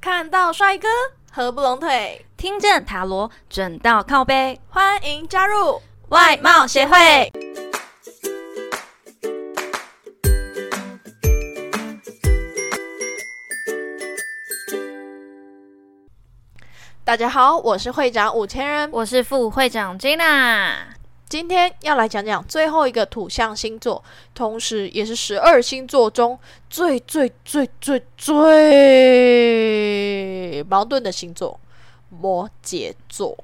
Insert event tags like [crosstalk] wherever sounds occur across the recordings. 看到帅哥合不拢腿，听见塔罗准到靠背，欢迎加入。外貌协会。大家好，我是会长五千人，我是副会长 Gina。今天要来讲讲最后一个土象星座，同时也是十二星座中最最最最最矛盾的星座——摩羯座。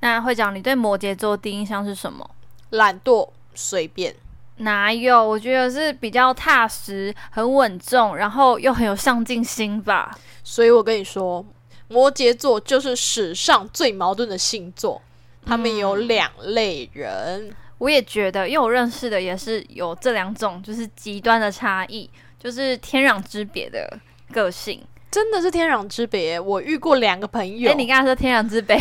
那会长，你对摩羯座第一印象是什么？懒惰、随便，哪有？我觉得是比较踏实、很稳重，然后又很有上进心吧。所以我跟你说，摩羯座就是史上最矛盾的星座。他们有两类人，我也觉得，因为我认识的也是有这两种，就是极端的差异，就是天壤之别的个性。真的是天壤之别。我遇过两个朋哎、友，你刚才说天壤之别，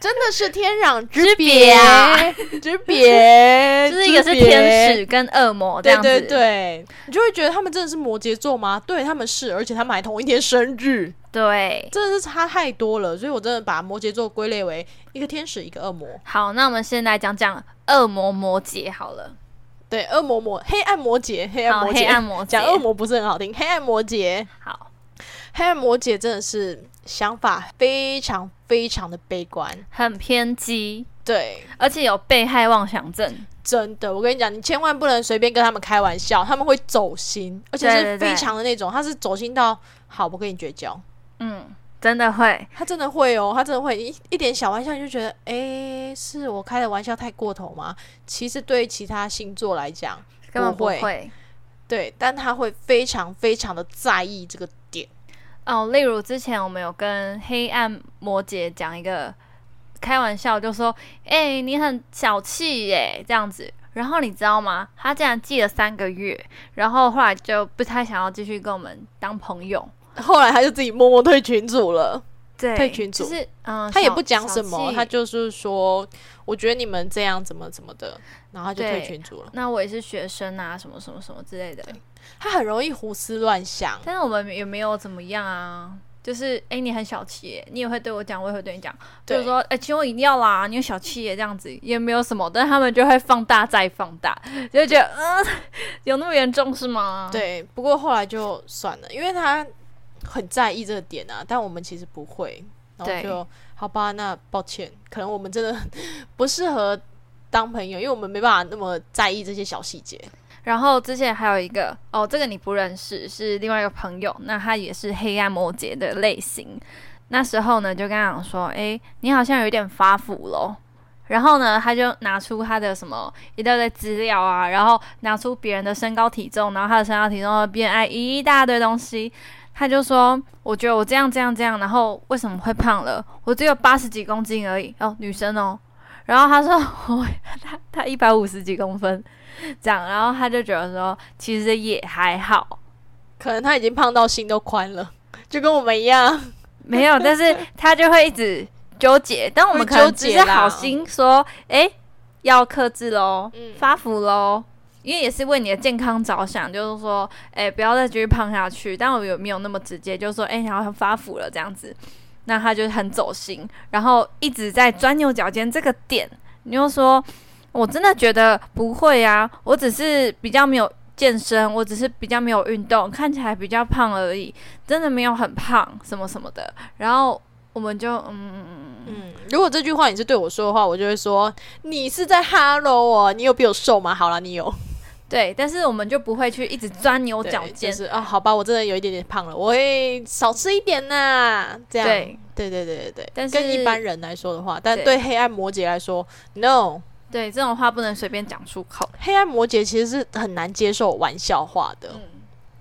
真的是天壤之别别啊， [laughs] 之别， [laughs] 就是一个是之别天使，跟恶魔这对样子。对对，你就会觉得他们真的是摩羯座吗？对，他们是，而且他们还同一天生日，对 [laughs] 真的是差太多了。所以我真的把摩羯座归类为一个天使，一个恶魔。好，那我们先来讲讲恶魔摩羯好了。对，恶魔魔，黑暗摩羯，黑暗好，摩黑暗羯，摩羯。讲恶魔不是很好听，黑暗摩羯。好，黑暗摩羯真的是想法非常非常的悲观，很偏激，对，而且有被害妄想症。真的，我跟你讲，你千万不能随便跟他们开玩笑，他们会走心，而且对对是对非常的那种，他是走心到好，我跟你绝交，嗯，真的会。他真的会哦，他真的会一一点小玩笑你就觉得，诶，是我开的玩笑太过头吗？其实对其他星座来讲，根本不不会会。对，但他会非常非常的在意这个点，哦，例如之前我们有跟黑暗摩羯讲一个开玩笑，就说：“哎、你很小气耶，这样子。”然后你知道吗？他竟然记了三个月，然后后来就不太想要继续跟我们当朋友。后来他就自己默默退群组了。对，退群组就是嗯，他也小不讲小什么，气他就是说，我觉得你们这样怎么怎么的，然后他就对退群组了。那我也是学生啊，什么什么什么之类的。他很容易胡思乱想，但是我们也没有怎么样啊，就是哎、诶你很小气耶，你也会对我讲，我也会对你讲，就对是说哎、诶请我饮料啦，你有小气耶，这样子也没有什么，但他们就会放大再放大，就会觉得嗯、有那么严重是吗？，对。不过后来就算了，因为他很在意这个点啊，但我们其实不会，然对后就好吧，那抱歉，可能我们真的 [laughs] 不适合当朋友，因为我们没办法那么在意这些小细节。然后之前还有一个哦，这个你不认识，是另外一个朋友，那他也是黑暗摩羯的类型。那时候呢，就跟他讲说，诶，你好像有点发福咯。然后呢，他就拿出他的什么一大堆资料啊，然后拿出别人的身高体重，然后他的身高体重、B M I 一大堆东西。他就说，我觉得我这样这样这样，然后为什么会胖了？我只有八十几公斤而已哦，女生哦。然后他说， [laughs] 我他他一百五十几公分，这样，然后他就觉得说，其实也还好，可能他已经胖到心都宽了，就跟我们一样。没有，但是他就会一直纠结。但我们会可能纠只结是好啦心说，哎、要克制喽，嗯发福喽，因为也是为你的健康着想，就是说，哎、不要再继续胖下去。但我有没有那么直接，就是说，哎、你好像发福了这样子，那他就很走心，然后一直在钻牛角尖这个点。你就说，我真的觉得不会啊，我只是比较没有健身，我只是比较没有运动，看起来比较胖而已，真的没有很胖什么什么的。然后我们就嗯，嗯，如果这句话你是对我说的话，我就会说你是在哈喽哦，你有比我瘦吗？好啦，你有。对，但是我们就不会去一直钻牛对角尖就。是啊，好吧，我真的有一点点胖了，我会少吃一点呐、这样，对对对对对对但跟是一般人来说的话，但对对黑暗摩羯来说，no，对，这种话不能随便讲出口。黑暗摩羯其实是很难接受玩笑话的。嗯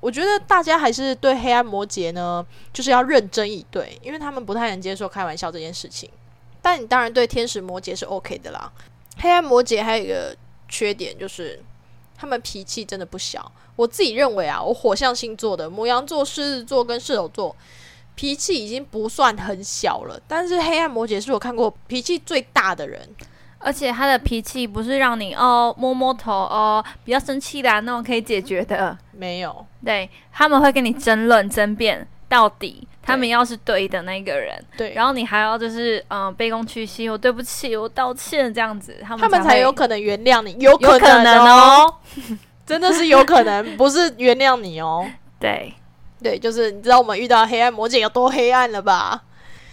我觉得大家还是对黑暗摩羯呢，就是要认真以对，因为他们不太能接受开玩笑这件事情。但你当然对天使摩羯是 OK 的啦。黑暗摩羯还有一个缺点就是，他们脾气真的不小。我自己认为啊，我火象星座的摩羊座、狮子座跟射手座脾气已经不算很小了，但是黑暗摩羯是我看过脾气最大的人。而且他的脾气不是让你哦摸摸头哦比较生气啦那种可以解决的，没有，对他们会跟你争论争辩，到底，他们要是对的那个人，对，然后你还要就是嗯、呃卑躬屈膝，我对不起，我道歉这样子，他们他们才会有可能原谅你，有有可可能哦，哦。 [laughs] 真的是有可能，不是原谅你哦。对， [laughs] 对，就是你知道我们遇到黑暗魔戒有多黑暗了吧？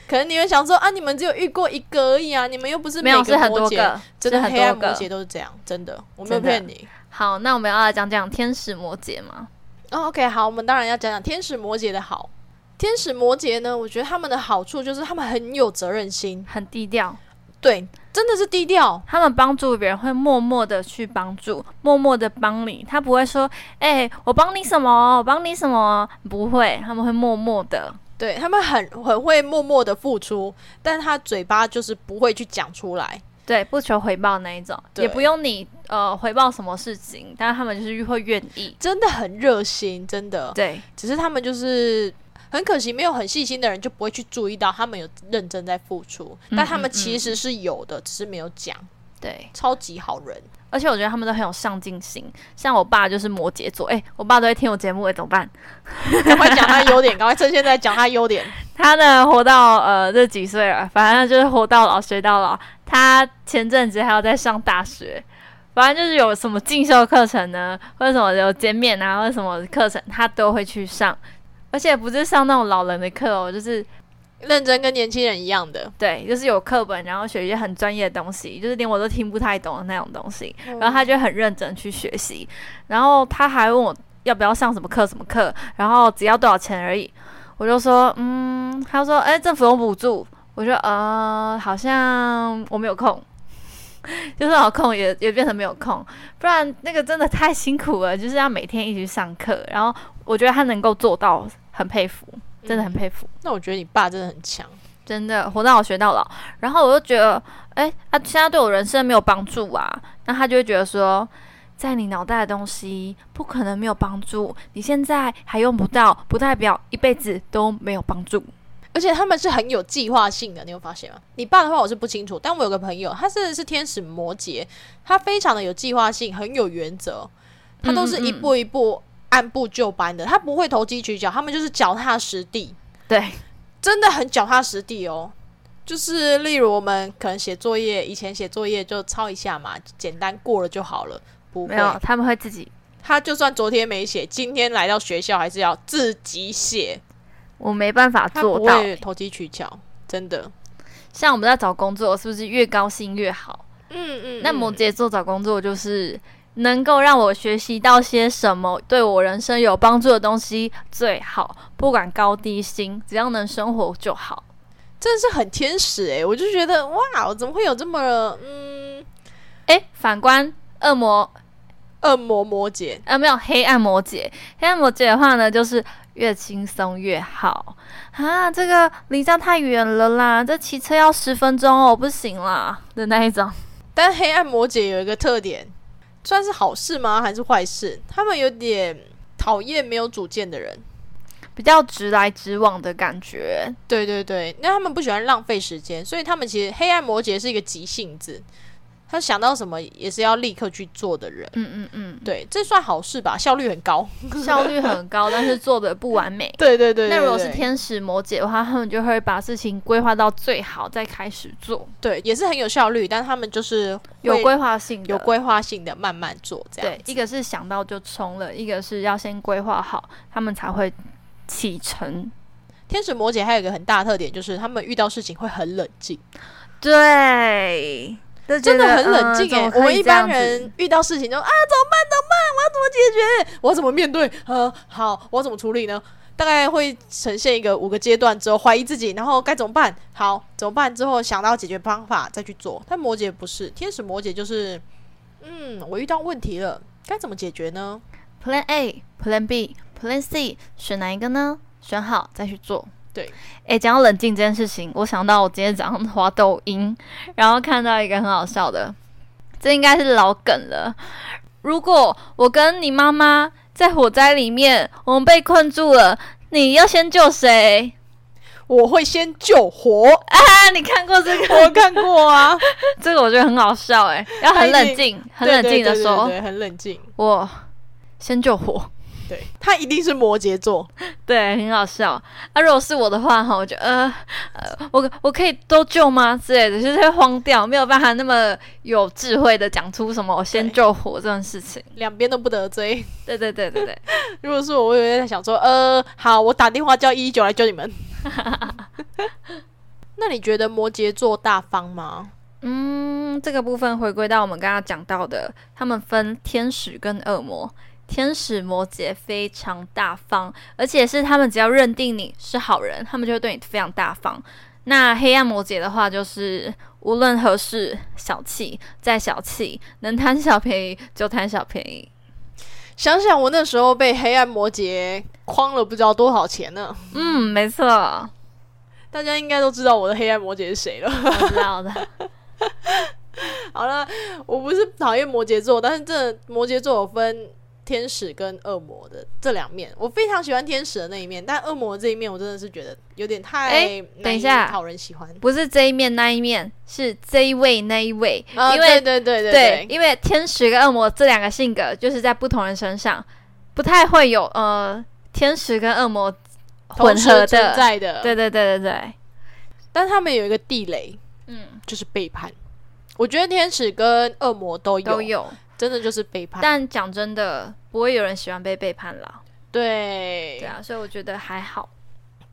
可能你会想说啊，你们只有遇过一个而已啊，你们又不是每没有是个很魔多戒，个，真是的很黑暗多魔个戒都是这样，真的，我没有真的骗你。好，那我们要来讲讲天使摩羯嘛？哦，OK，好，我们当然要讲讲天使摩羯的好。天使摩羯呢，我觉得他们的好处就是他们很有责任心，很低调，对，真的是低调，他们帮助别人会默默的去帮助，默默的帮你，他不会说，哎、我帮你什么，我帮你什么，不会，他们会默默的，对他们很很会默默的付出，但他嘴巴就是不会去讲出来。对，不求回报那一种，对也不用你呃回报什么事情，但是他们就是会愿意，真的很热心，真的。对，只是他们就是很可惜，没有很细心的人就不会去注意到他们有认真在付出，嗯但他们嗯其实是有的，只是没有讲。对，超级好人，而且我觉得他们都很有上进心，像我爸就是摩羯座，哎、我爸都会听我节目，哎，怎么办？赶快讲他优 [laughs] 点，赶快趁现在讲他优点。他呢，活到呃这几岁了，反正就是活到老学到老。他前阵子还要在上大学，反正就是有什么进修课程呢，或者什么有减免啊，或者什么课程，他都会去上，而且不是上那种老人的课哦，就是认真跟年轻人一样的，对，就是有课本，然后学一些很专业的东西，就是连我都听不太懂的那种东西。嗯然后他就很认真去学习，然后他还问我要不要上什么课什么课，然后只要多少钱而已。我就说，嗯，他说，哎、政府有补助。我说，呃，好像我没有空， [laughs] 就算有空也也变成没有空，不然那个真的太辛苦了，就是要每天一直上课。然后我觉得他能够做到，很佩服，真的嗯很佩服。那我觉得你爸真的很强，真的活到老学到老。然后我就觉得，哎，他现在对我人生没有帮助啊。那他就会觉得说，在你脑袋的东西不可能没有帮助，你现在还用不到，不代表一辈子都没有帮助。而且他们是很有计划性的，你有发现吗？你爸的话我是不清楚，但我有个朋友，他真的是天使摩羯，他非常的有计划性，很有原则，他都是一步一步按部就班的，他不会投机取巧，他们就是脚踏实地，对，真的很脚踏实地哦。就是例如我们可能写作业，以前写作业就抄一下嘛，简单过了就好了。不没有会，，他们会自己。他就算昨天没写，今天来到学校还是要自己写，我没办法他不做到。会投机取巧，真的。像我们在找工作，是不是越高兴越好？嗯嗯那摩羯座找工作就是能够让我学习到些什么，对我人生有帮助的东西最好，不管高低薪，只要能生活就好。真的是很天使诶、我就觉得哇，怎么会有这么嗯诶，反观恶魔，恶魔摩羯？呃，没有黑暗摩羯，黑暗摩羯的话呢，就是越轻松越好啊。这个离家太远了啦，这骑车要十分钟哦，不行啦的那一种。但黑暗摩羯有一个特点，算是好事吗？还是坏事？他们有点讨厌没有主见的人。比较直来直往的感觉，对对对，那他们不喜欢浪费时间，所以他们其实黑暗摩羯是一个急性子，他想到什么也是要立刻去做的人。嗯嗯对，这算好事吧？效率很高。嗯，效率很高，但是做的不完美。 [laughs] 对对对那如果对是天使摩羯的话，他们就会把事情规划到最好，再开始做，对，也是很有效率，但他们就是有会规划性的。有规划性的慢慢做这样对子。，一个是想到就冲了，一个是要先规划好，他们才会启程。天使摩羯还有一个很大的特点，就是他们遇到事情会很冷静，对，真真的很冷静欸诶、我们一般人遇到事情就啊，怎么办？怎么办？我要怎么解决？我要怎么面对？呃，好，我要怎么处理呢？大概会呈现一个五个阶段之后，怀疑自己，然后该怎么办？好，怎么办？之后想到解决方法再去做。但摩羯不是，天使摩羯就是，嗯，我遇到问题了，该怎么解决呢？ Plan A、Plan B、Plan C，选哪一个呢？选好再去做。对，诶，讲到冷静这件事情，我想到我今天早上滑抖音，然后看到一个很好笑的，这应该是老梗了。如果我跟你妈妈在火灾里面，我们被困住了，你要先救谁？我会先救 [laughs] 火，啊，你看过 [laughs] 这个？我看过啊，这个我觉得很好笑诶，要很冷静，很冷静对对的对说，对对很冷静。我先救火。对他一定是摩羯座，对，很好笑。啊，如果是我的话哈，我就呃呃，我我可以都救吗之类的，就是会慌掉，没有办法那么有智慧的讲出什么我先对救火这种事情。两边都不得罪。 [laughs] 对对对对对，如果是我，我也在想说，呃，好，我打电话叫一一九来救你们。 [laughs] 那你觉得摩羯座大方吗？嗯，这个部分回归到我们刚刚讲到的，他们分天使跟恶魔。天使摩羯非常大方，而且是他们只要认定你是好人，他们就会对你非常大方。那黑暗摩羯的话，就是无论何事小气，再小气，能贪小便宜就贪小便宜。想想我那时候被黑暗摩羯诓了不知道多少钱呢。嗯，没错，大家应该都知道我的黑暗摩羯是谁了。 [laughs] 我知道的。好了，我不是讨厌摩羯座，但是这摩羯座有分天使跟恶魔的这两面。我非常喜欢天使的那一面，但恶魔的这一面我真的是觉得有点太哎难等一以下讨人喜欢。 [laughs] 不是这一面那一面，是这一位那一位，啊，因为对对对对，因为天使跟恶魔这两个性格，就是在不同人身上不太会有呃天使跟恶魔同混时合存的。在的，对对对对对，但他们有一个地雷，嗯，就是背叛。我觉得天使跟恶魔都有，都有。真的就是背叛。但讲真的，不会有人喜欢被背叛啦。对，对啊，所以我觉得还好。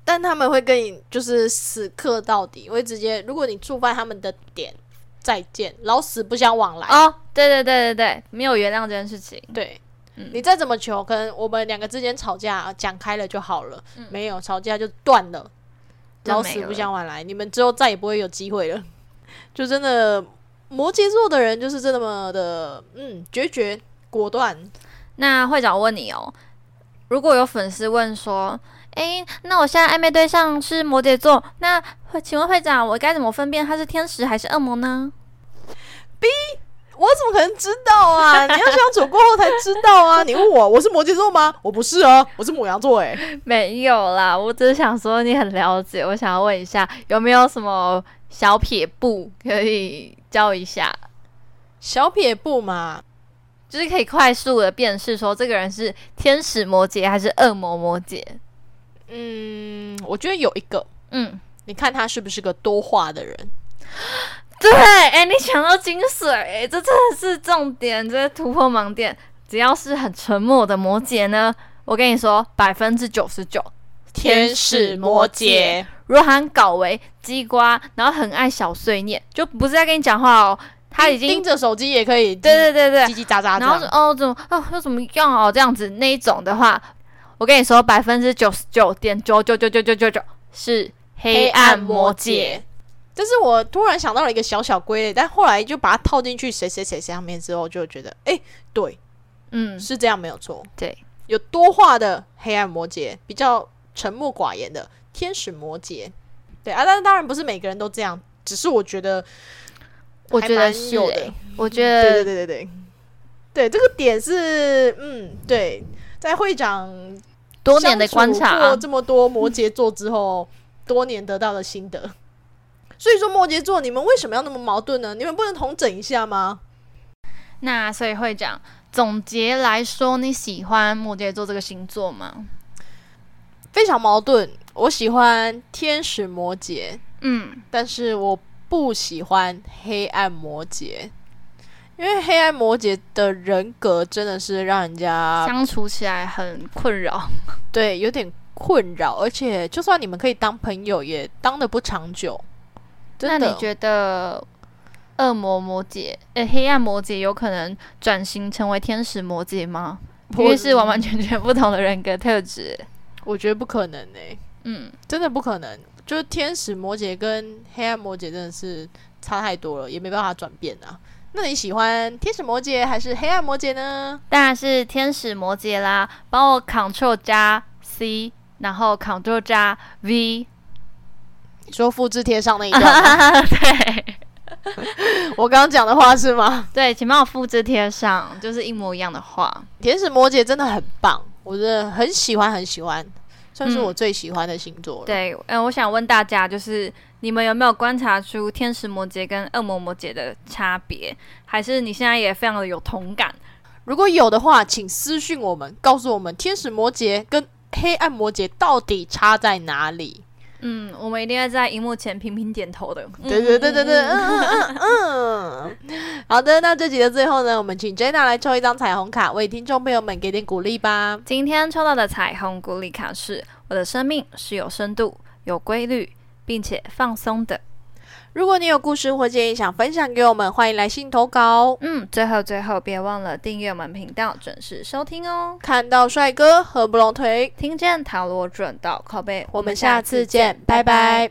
但他们会跟你就是死磕到底，会直接，如果你触犯他们的点，再见，老死不相往来。哦，对对对对对，没有原谅这件事情。对，嗯你再怎么求，可能我们两个之间吵架啊讲开了就好了，没有吵架就断了，嗯就老没死不了相往来，你们之后再也不会有机会了。 [laughs] 就真的摩羯座的人就是这么的，嗯，决绝果断，那会长我问你哦，如果有粉丝问说，诶，那我现在暧昧对象是摩羯座，那会请问会长，我该怎么分辨他是天使还是恶魔呢？我怎么可能知道 [laughs] 啊？你要相处过后才知道啊！你问我我是摩羯座吗？我不是 [laughs] 啊，我是母羊座哎、没有啦，我只是想说你很了解，我想要问一下有没有什么小撇步可以教一下， [laughs] 小撇步嘛，就是可以快速的辨识说这个人是天使摩羯还是恶魔摩羯。嗯，我觉得有一个，嗯，你看他是不是个多话的人？对，哎、你讲到精髓、哎这真的是重点，这是突破盲点。只要是很沉默的摩羯呢，我跟你说，百分之九十九。天使摩羯，如果他很搞为鸡瓜，然后很爱小碎念，就不是在跟你讲话哦，他已经盯着手机也可以，对对对对，叽叽喳啊喳这然后样是。哦怎么哦又怎么样哦这样子那一种的话，我跟你说百分之九十九点九九九九九九九是黑暗魔羯。，这是我突然想到了一个小小归类，但后来就把它套进去谁谁谁谁上面之后，就觉得哎，对，嗯，是这样没有错。对，有多话的黑暗摩羯，比较沉默寡言的天使摩羯，对啊，但是当然不是每个人都这样，只是我觉得我觉还得蛮是、有的嗯欸，我觉对对得对对对，对这个点是，嗯，对，在会长多年的观察啊相处过这么多摩羯座之后，多年得到的心得。所以说摩羯座，你们为什么要那么矛盾呢？你们不能同整一下吗？那所以会长总结来说，你喜欢摩羯座这个星座吗？非常矛盾。我喜欢天使摩羯，嗯，但是我不喜欢黑暗摩羯，因为黑暗摩羯的人格真的是让人家相处起来很困扰。对有点困扰，而且就算你们可以当朋友，也当的不长久。那真你的，觉得恶魔摩羯，呃，黑暗摩羯有可能转型成为天使摩羯吗？因为是完完全全不同的人格特质。我觉得不可能欸诶、嗯，真的不可能。就是天使摩羯跟黑暗摩羯真的是差太多了，也没办法转变啊。那你喜欢天使摩羯还是黑暗摩羯呢？当然是天使摩羯啦，帮我 Ctrl 加 C，然后 Ctrl 加 V。你说复制贴上那一段 [laughs] 吗，对我刚刚讲的话是吗？对，请帮我复制贴上，就是一模一样的话。天使摩羯真的很棒，我真的很喜欢，很喜欢，算是我最喜欢的星座了。对，嗯、我想问大家，就是你们有没有观察出天使摩羯跟恶魔摩羯的差别？还是你现在也非常的有同感？如果有的话，请私讯我们，告诉我们天使摩羯跟黑暗摩羯到底差在哪里。嗯，我们一定要在荧幕前频频点头的。对对对对对，嗯嗯嗯嗯。 [laughs] 好的，那这集的最后呢，我们请 Jenna 来抽一张彩虹卡，为听众朋友们给点鼓励吧。今天抽到的彩虹鼓励卡是：我的生命是有深度、有规律，并且放松的。如果你有故事或建议想分享给我们，欢迎来信投稿。嗯，最后最后，别忘了订阅我们频道，准时收听哦。看到帅哥合不拢腿，听见塔罗准到靠背，我们下次见，拜拜。